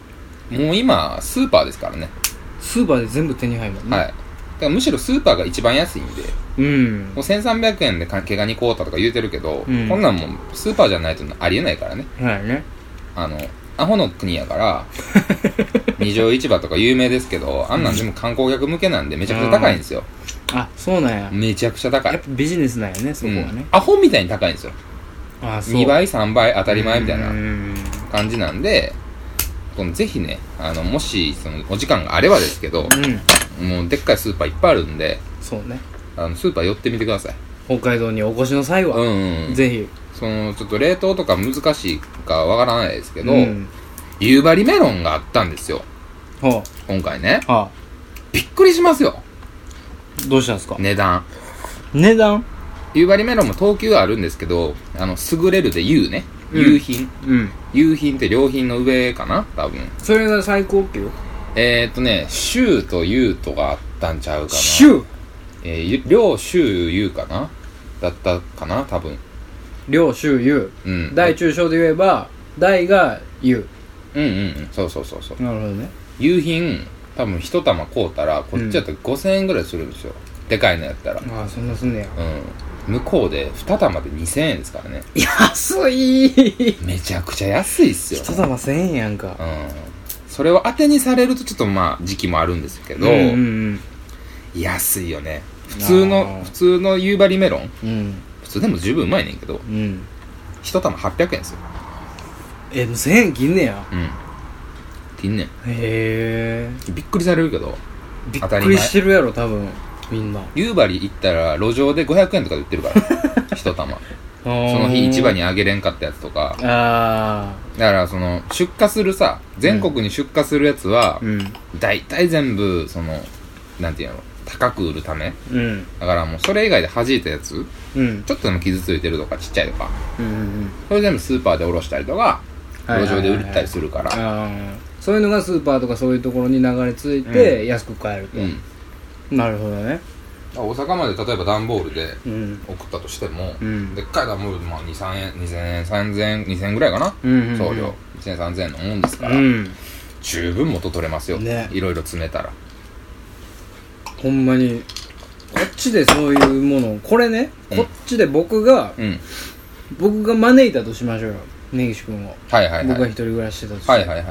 B: う今、スーパーですからね。
A: スーパーで全部手に入るもんね
B: はい。だからむしろスーパーが一番安いんで、
A: うん
B: もう1300円でか毛ガニ買うたとか言うてるけど、
A: うん
B: こんなんもうスーパーじゃないとありえないからね。
A: はいね
B: あの、アホの国 やから、二条市場とか有名ですけど、あんなんでも観光客向けなんでめちゃくちゃ高いんですよ。
A: あそうなんや
B: めちゃくちゃ高
A: やっ
B: い。
A: ぱビジネスなんやねそこはね
B: うんアホみたいに高いんですよ。
A: ああそう
B: 2倍、3倍当たり前みたいな
A: うん
B: 感じなんで、このぜひね、あの、もし、その、お時間があればですけど、
A: うん
B: もうでっかいスーパーいっぱいあるんで、
A: そうね
B: あの、スーパー寄ってみてください。
A: 北海道にお越しの際
B: うん
A: は
B: うん、うん。
A: ぜひ
B: その、ちょっと冷凍とか難しいかわからないですけど、
A: うん
B: 夕張メロンがあったんですよ。
A: ほ
B: 今回ね。
A: うは
B: びっくりしますよ。
A: あどうしたんすか
B: 値段。
A: 値段
B: 夕張メロンも等級はあるんですけど、あの、優れるで優ね。
A: うん
B: 優品。
A: うん
B: 優品って良品の上かな多分。
A: それが最高級
B: えー、っとね、州と優とがあったんちゃうかな。
A: 州
B: えー、両州優かなだったかな多分。
A: 量州優
B: うん。
A: 大中小で言えば大が優
B: うんうんうん。そうそうそうそう。
A: なるほどね
B: 優品、多分一玉買うたら、こっちやったら5000円ぐらいするんですよ。でかいのやったら。
A: ああそんなすんねや
B: うん、向こうで2玉で2000円ですからね
A: 安い
B: めちゃくちゃ安いっすよ、
A: 一玉1000円やん
B: う
A: か
B: ん、それを当てにされるとちょっとまあ時期もあるんですけど、
A: うん
B: 安いよね普通
A: あ
B: の
A: ー
B: 普通の夕張メロン
A: うんうん
B: 普通でも十分うまいねんけど
A: うん
B: 1玉800円ですよ
A: えもう1000円切んねや
B: うんてんねん
A: へえ
B: びっくりされるけど
A: びっ
B: 当たり
A: く
B: 前
A: りしてるやろ多分みんな
B: 夕張行ったら路上で500円とかで売ってるから 1玉
A: そ
B: その日市場
A: に
B: にあげれんかったやつとか
A: ああ
B: だからその出荷するさ全国に出荷するやつは、
A: うん
B: 大体全部そのなんていうの高く売るため
A: うん
B: だからもうそれ以外で弾いたやつ
A: うん
B: ちょっとでも傷ついてるとかちっちゃいとか
A: うんうん
B: それ全部スーパーでおろしたりとか
A: はいはい
B: 路
A: はい
B: 上で売ったりするから、
A: ああそういうのがスーパーとかそういうところに流れ着いて安く買えると
B: うん
A: なるほどね
B: 大阪まで例えば段ボールで
A: うん
B: 送ったとしても、
A: うん
B: でっかい段ボールでまあ2000円2000円3000円2000円ぐらいかな、
A: うんうんうん
B: 送料2000円3000円のもんですか
A: う
B: ら、
A: ん
B: 十分元取れますよ、
A: ね
B: いろいろ詰めたら
A: ほんまにこっちでそういうものをこれね
B: うん
A: こっちで僕が
B: うん
A: 僕が招いたとしましょうよ根岸君を
B: はいはいはい
A: 僕が
B: は
A: 一
B: い
A: 人暮らししてたとして、
B: はいはいはい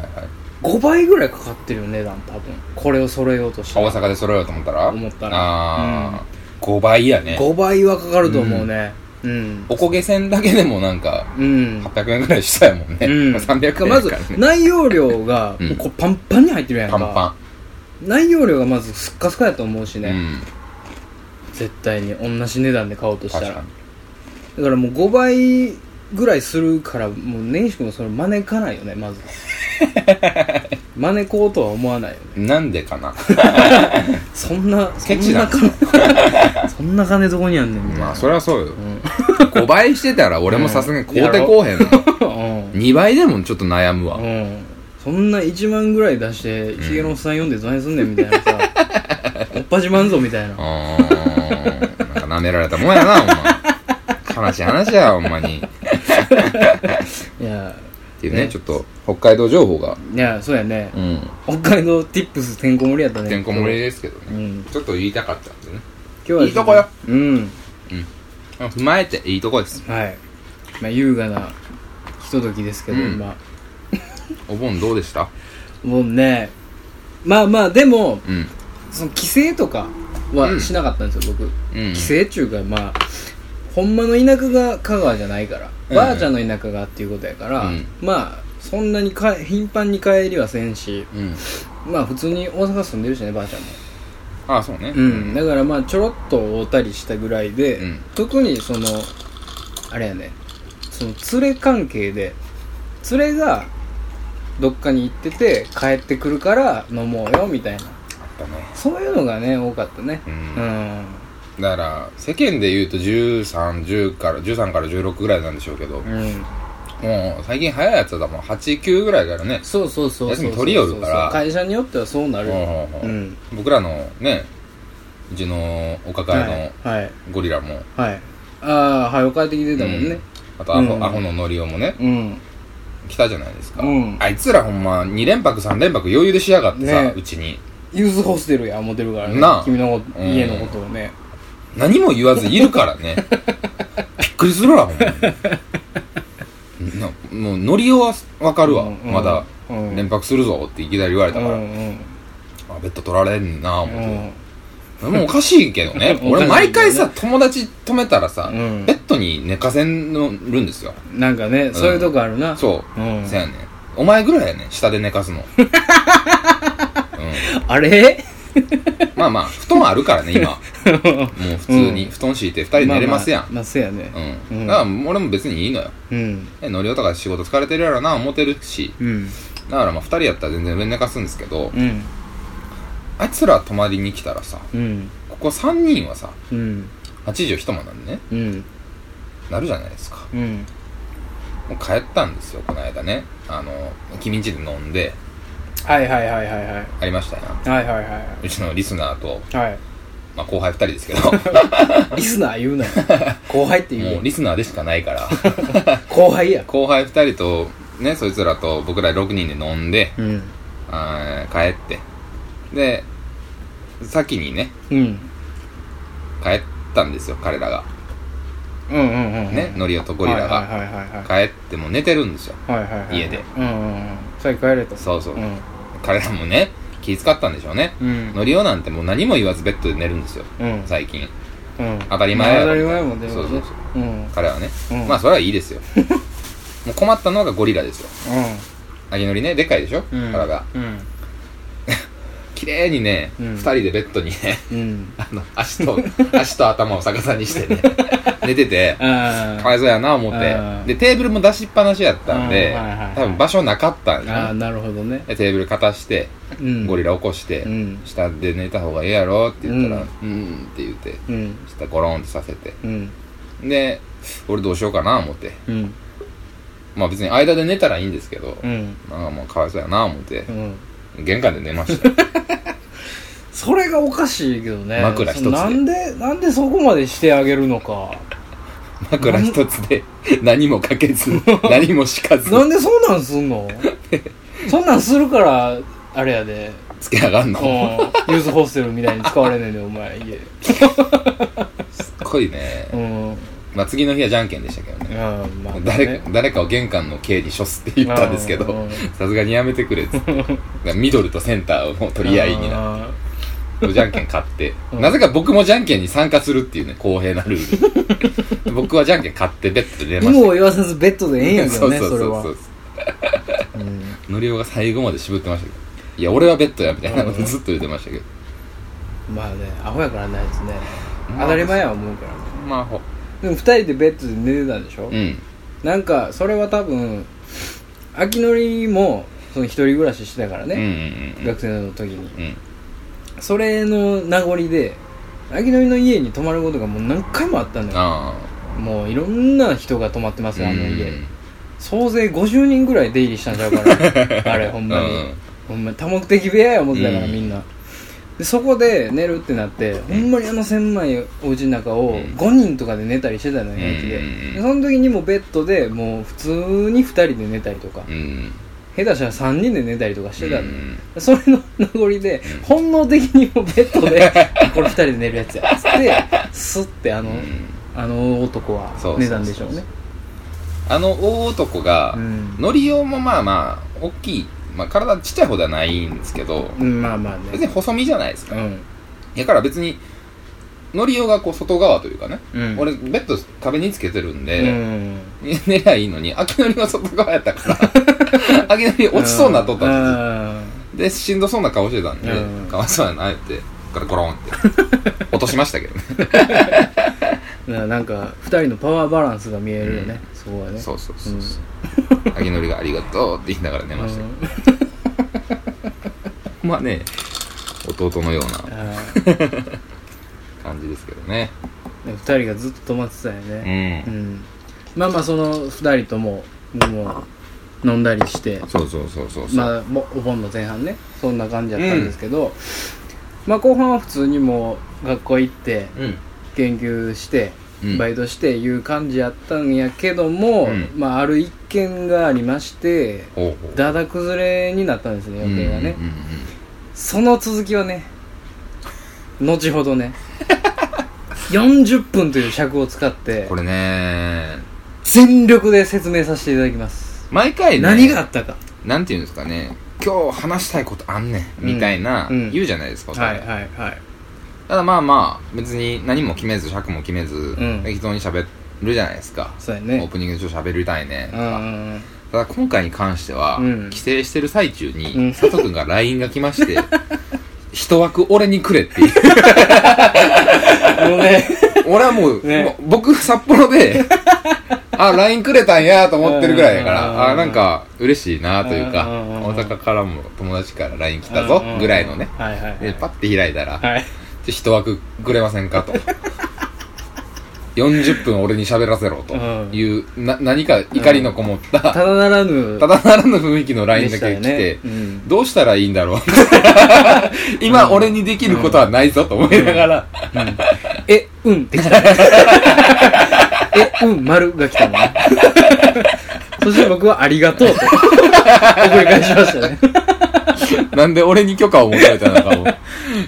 A: 5倍ぐらいかかってるよ値段多分これを揃えようとした
B: 大
A: ら
B: 阪で揃えようと思ったら
A: 思ったら
B: ああ、5倍やね
A: 5倍はかかると思うね、うん
B: おこげ線だけでもなんか、
A: うん
B: 800円ぐらいしたやもんね。
A: うん
B: まあ300円から、ね。
A: まず内容量が
B: うん
A: もうこうパンパンに入ってるやん
B: パ
A: か
B: ンパ
A: 内容量がまずスッカスカやと思うし
B: ン。
A: ね、
B: うん。
A: 絶対に同じ値段で買おうとした
B: 確
A: ら
B: か
A: だ
B: に。
A: からもう5倍ぐらいするからもう根岸君もそれ招かないよねま ず招こうとは思わないよね
B: なんでかな
A: そんなそ
B: ケ
A: ん
B: チ
A: な
B: なの
A: 金 そんな金どこにあんねんみたいな、
B: まあそりゃそうよ、5倍してたら俺もさすがに買うてこうへんの
A: う
B: 2倍でもちょっと悩むわ、
A: ん、うん、そんな1万ぐらい出してひげのおっさん読んでどないすんねんみたいな さおっぱじまんぞみたいな
B: あーなんか舐められたもんやなお前悲しい話やほんまにっ
A: いや
B: ていうね
A: ね
B: ちょっと北海道情報が
A: いやそうやね
B: うん
A: 北海道ティップスてんこ盛りやったね
B: てんこ盛りですけどね、
A: うん
B: ちょっと言いたかったんでね
A: 今日はい
B: いとこよ
A: うん
B: 踏まえていいとこです
A: はい、まあ、優雅なひとときですけど、
B: うん
A: 今
B: お盆どうでした
A: もうねまあまあでも
B: うん
A: その帰省とかはしなかったんですよ、僕
B: うん
A: 帰省っちゅうかまあほんまの田舎が香川じゃないから、
B: うん
A: ばあちゃんの田舎がっていうことやから、
B: うん
A: まあそんなにか頻繁に帰りはせんし
B: うん
A: まあ普通に大阪住んでるしねばあちゃんも
B: ああそうね
A: うんだからまあちょろっと会うたりしたぐらいで、
B: うん
A: 特にそのあれやねその連れ関係で連れがどっかに行ってて帰ってくるから飲もうよみたいな
B: あったね
A: そういうのがね多かったね
B: う
A: うんん
B: だから世間で言うと1310から13から16ぐらいなんでしょうけど、
A: うん、
B: もう最近早いやつだもん89ぐらいからね
A: そうそうそうそう
B: 休み取りよるから
A: 会社によってはそうなるよ
B: う
A: うんん
B: 僕らのねうちのお抱
A: は
B: え
A: いはい
B: のゴリラも、
A: はいああ早く帰ってきてたもん
B: う
A: ね
B: んあとアホ,、
A: うん
B: アホのノリオもね
A: うん
B: 来たじゃないですか、
A: うん
B: あいつらほんま2連泊3連泊余裕でしやがってさ、
A: ね
B: うちに
A: ユースホステルや思ってるからね
B: なあ
A: 君のこと
B: うん
A: 家のことをね
B: 何も言わずいるから ねびっくりするわほんま になもうノリオはわかるわ、
A: うんうん
B: まだ
A: うん
B: 連泊するぞっていきなり言われたから、
A: うんうん
B: あベッド取られんな思って、
A: うん
B: でもおかしいけどね
A: おかし
B: 俺
A: い
B: 毎回さ友達止めたらさ、
A: うん
B: ベッドに寝かせんのるんですよ
A: なんかね、そういうとこあるな。
B: そう、
A: うん
B: せやねんお前ぐらいやねん下で寝かすの、 う
A: あれ
B: ん、まあまあ布団あるからね 今もう普通に、布団敷いて2人寝れますやん、
A: まあまあ、まあ、せやね。
B: う、
A: うんん
B: だから俺も別にいいのよ
A: うん。
B: えノリオとか仕事疲れてるやろな思ってるし
A: うん。
B: だからまあ2人やったら全然上寝かすんですけど、
A: うん。
B: あいつら泊まりに来たらさ
A: うん。
B: ここ3人はさ
A: うん。
B: 8時一間なんでね
A: うん。
B: なるじゃないですか
A: うん。
B: もう帰ったんですよ、この間ね。あの、君んちで飲んで、
A: はいはいはいはいはい。
B: ありましたやん。
A: はいはいは
B: うちのリスナーと、
A: い。はい。
B: まあ後輩二人ですけど、
A: リスナー言う なよ。後輩って言う
B: も
A: よ
B: う。リスナーでしかないから、
A: 後輩や。
B: 後輩二人と、ね、そいつらと僕ら6人で飲んで、
A: うん。
B: あー帰って。で、先にね、
A: うん。
B: 帰ったんですよ、彼らが。
A: うんうんうん。
B: ね、ノリオとゴリラ
A: はい
B: が。
A: はいはいはい。
B: 帰ってもう寝てるんですよ。
A: はいはいはい。
B: 家で。
A: うんうんうん。さっき帰れた。
B: そうそう。
A: うん。
B: 彼らもね、気遣ったんでしょうね。
A: うん。
B: ノリオなんてもう何も言わずベッドで寝るんですよ、
A: うん。
B: 最近。
A: うん。
B: 当たり前やろ
A: 当たり前やもんね。
B: そうそうそう。
A: うん。
B: 彼はね、
A: うん
B: まあそれはいいですよ もう困ったのがゴリラですよアギノリねでかいでしょ、
A: うん。
B: 体
A: うん。
B: 綺麗にね、
A: う
B: 二
A: ん
B: 2人でベッドにね
A: うん。
B: あの 足と足と頭を逆さにしてね寝てて
A: あ
B: かわいそうやな思っ
A: あー
B: てでテーブルも出しっぱなしやったんで、
A: あーはいはいはい
B: 多分場所なかったん
A: ああ
B: や
A: なるほどね
B: でテーブル片して
A: うん
B: ゴリ
A: ラ
B: ラ起こして、
A: うん
B: 下で寝た方がいいやろって言ったら
A: う
B: 「うん」って言って
A: うん
B: 下ゴロンってさせて
A: うん
B: で俺どうしようかな思って
A: うん
B: まあ別に間で寝たらいいんですけど、
A: うん
B: なんかもうかわいそうやな思って
A: う、ん
B: 玄関で寝 ましたよ
A: それがおかしいけどね
B: 枕一つで
A: なんでなんでそこまでしてあげるのか
B: 枕一つで何もかけ ず、何もしかず、
A: なんでそんなんすん のそんなんするからあれや で
B: つけ上が
A: う
B: んの。
A: んユースホステルみたいに使われねえでお前家
B: すっごいね
A: う。んうん
B: まあ次の日はじゃんけんでしたけどね。
A: まあね
B: 誰か誰かを玄関の刑に処すって言ったんですけど
A: うん、
B: さすがにやめてくれっつって。ミドルとセンターをもう取り合いになっ
A: あー
B: のじゃんけん勝って、
A: うん
B: なぜか僕もじゃんけんに参加するっていうね公平なルー ル僕はじゃんけん勝ってベッドで出
A: 有
B: まし
A: 無を言わさずベッドでええんや
B: た
A: けどね
B: そう
A: そ
B: そ
A: れ
B: うそう
A: は
B: そう
A: うん
B: のりおが最後まで渋ってましたけどいや俺はベッドやみたいなのずっと言ってましたけど
A: まあねアホやからなやつね
B: まあ
A: 当たり前や思うからね
B: まあほ
A: でも2人でベッドで寝てたでしょ、
B: うん
A: なんかそれは多分秋のりもその一人暮らししてたから
B: うん
A: ね、
B: うんうん
A: 学生の時に
B: うん
A: それの名残で秋のりの家に泊まることがもう何回もあったのよ
B: あ
A: もういろんな人が泊まってますよ
B: あ
A: あの
B: う
A: 家
B: ん
A: 総勢50人ぐらい出入りしたんちゃうから あれほんまに、
B: うん
A: ほんまに多目的部屋や思ってたから、
B: うん
A: みんなでそこで寝るってなってほんまにあの狭いお家の中を
B: うん
A: 5人とかで寝たりしてたのよ平気で
B: うん
A: でその時にもベッドでもう普通に2人で寝たりとか
B: うん
A: 下手したら3人で寝たりとかしてたのよ
B: うん
A: それの名残で本能的にもうベッド であこれ2人で寝るやつやっつってスッてあの
B: うん
A: あの男は
B: そうそうそうそう
A: 寝たんでしょうね
B: あの大男が、
A: うん
B: のりおもまあまあ大きい、まあ、体ちっちゃい方ではないんですけど、
A: うんまあまあ
B: 別に
A: ね
B: 細身じゃないです
A: う
B: か、
A: ん
B: だから別にのりおがこう外側というかね、
A: うん
B: 俺ベッド壁につけてるん
A: う
B: で、
A: ん
B: 寝りゃいいのに秋のりが外側やったから 秋のり落ちそうになっとったんですよ、でしんどそうな顔してたんで、
A: うん
B: かわいそうやなってガラゴロンって 落としましたけどね
A: うんななんか2人のパワーバランスが見えるよね、そこはね
B: そうそうそうそう秋のりが「ありがとう」って言いながら寝ましたけど、
A: うん
B: まあね弟のような
A: あ
B: 感じですけどね
A: 2人がずっと泊まってたよ
B: う
A: ね
B: ん、
A: うんまあまあその2人とももう飲んだりして
B: そうそうそうそうそう、
A: まあもお盆の前半ねそんな感じだったんですけど、まあ後半は普通にもう学校行って
B: うん
A: 研究して
B: うん
A: バイトしていう感じやったんやけども、
B: うん
A: まあある一件がありまして
B: ほうほう
A: だだ崩れになったんですね予定がね、
B: うんうんうん
A: その続きはね後ほどね40分という尺を使って
B: これね
A: 全力で説明させていただきます、
B: 毎回ね
A: 何があったか
B: なんていうんですかね今日話したいことあんねんみたいな、
A: うんうん
B: 言うじゃないですか、お
A: はい
B: 互
A: はいはい
B: ただまあまあ別に何も決めず尺も決めず、
A: うん
B: 適当に喋るじゃないですか、
A: そうや
B: オー
A: ね
B: プニングでちょっと喋りたいね
A: うんうんうん
B: ただ今回に関しては、
A: うん
B: 帰省してる最中に、
A: うん
B: 佐藤君が LINE が来まして 一枠俺にくれっていう
A: あのね
B: 俺はもう、
A: ね
B: もう僕札幌 であ LINE くれたんやと思ってるぐらいだか
A: うんうんうん
B: らあなんか嬉しいなというか
A: うんうんうん
B: 大阪からも友達から LINE 来たぞ
A: うんうん
B: ぐらいのね
A: はいはいは
B: で
A: い
B: パッて開いたら
A: はい
B: 「一枠くれません か?」と40分俺に喋らせろという、な何か怒りのこもった、
A: ただならぬ
B: ただならぬ雰囲気の LINE
A: で
B: だ
A: し
B: け
A: た
B: 来
A: よ
B: て、
A: ねうん
B: どうしたらいいんだろう 今俺にできることはないぞと思いながら、
A: うんえうんって来た えうん丸が来たのねそして僕はありがとうと送り返しましたね
B: なんで俺に許可を求めたのかも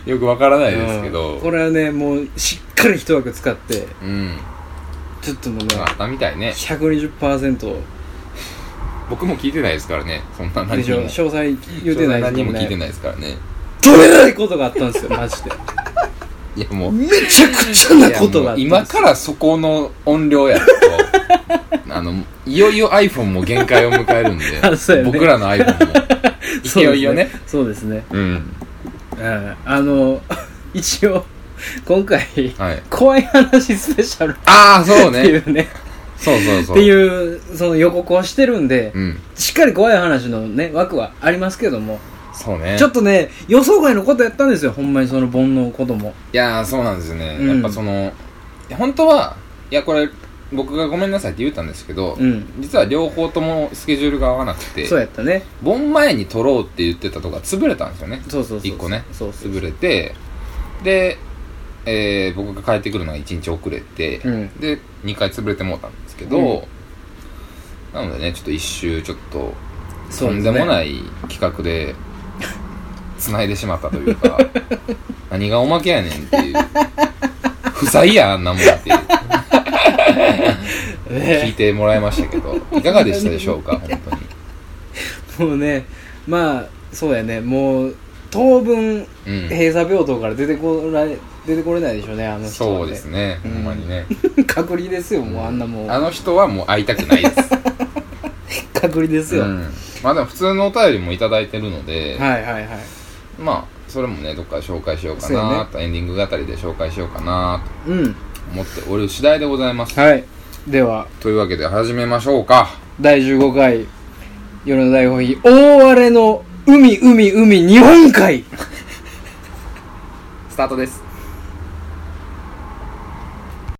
B: よくわからないですけど、
A: うん
B: う
A: こ
B: ん
A: れはねもうしっかり一枠使ってちょっともうね
B: あったみたいね
A: 120%
B: 僕も聞いてないですからねそんな何
A: でしょ
B: も
A: 詳細言うてない
B: そん
A: で
B: な
A: す
B: 何
A: も
B: も
A: ん
B: 聞いて
A: ね
B: ないですからね
A: 取れないことがあったんですよマジで
B: いやもう
A: めちゃくちゃ
B: い
A: な
B: や
A: ことが
B: も
A: あっ
B: う
A: たん
B: 今
A: ですよ
B: からそこの音量 やるとあのいよいよ iPhone も限界を迎えるんで、
A: あそうやね
B: 僕らの iPhone も
A: そう
B: い
A: です
B: よいよね
A: そうですね
B: うん
A: うんあの 一応今回
B: はい
A: 怖い話スペシャルっ
B: ああそ う
A: てい
B: ね
A: うね
B: そうそうそ
A: っ
B: う
A: ていうその予告をしてるんで
B: うん
A: しっかり怖い話のね枠はありますけども
B: そうね
A: ちょっとね予想外のことやったんですよほんまにその煩悩ことも
B: いやーそうなんですよね、
A: うん
B: やっぱそのいや本当はいやこれ僕がごめんなさいって言ったんですけど、
A: うん
B: 実は両方ともスケジュールが合わなくて
A: そうやったね
B: 盆前に撮ろうって言ってたとこが潰れたんですよね
A: そうそうそう
B: 一個ね
A: そうそう
B: 潰れてで、えー僕が帰ってくるのが1日遅れて、
A: うん
B: で2回潰れてもうたんですけど、
A: うん
B: なのでねちょっと一周ちょっと
A: そ
B: と
A: うんす
B: で
A: ね
B: もない企画で繋いでしまったという か何がおまけやねんっていう不在やあんなもんっていう聞い
A: ね
B: てもらいましたけどいかがでしたでしょうか本当に
A: もうねまあそうやねもう当分、
B: うん
A: 閉鎖病棟から出てこられ出てこれないでしょうねあの人は
B: そうですね、
A: うん
B: ほんまにね
A: 隔離ですよもうあんなもん
B: あの人はもう会いたくないで
A: 隔離です
B: す、
A: よ、
B: うん、まあでも普通のお便りもいただいてるので、
A: はいはいはい
B: まあそれもねどっかで紹介しようか
A: そうや
B: な
A: ね
B: と、エンディングあたりで紹介しようかな
A: うん
B: と思っておる次第でございます、
A: はいでは
B: というわけで始めましょうか
A: 第15回夜の大本営大荒れの海海海日本海
B: スタートです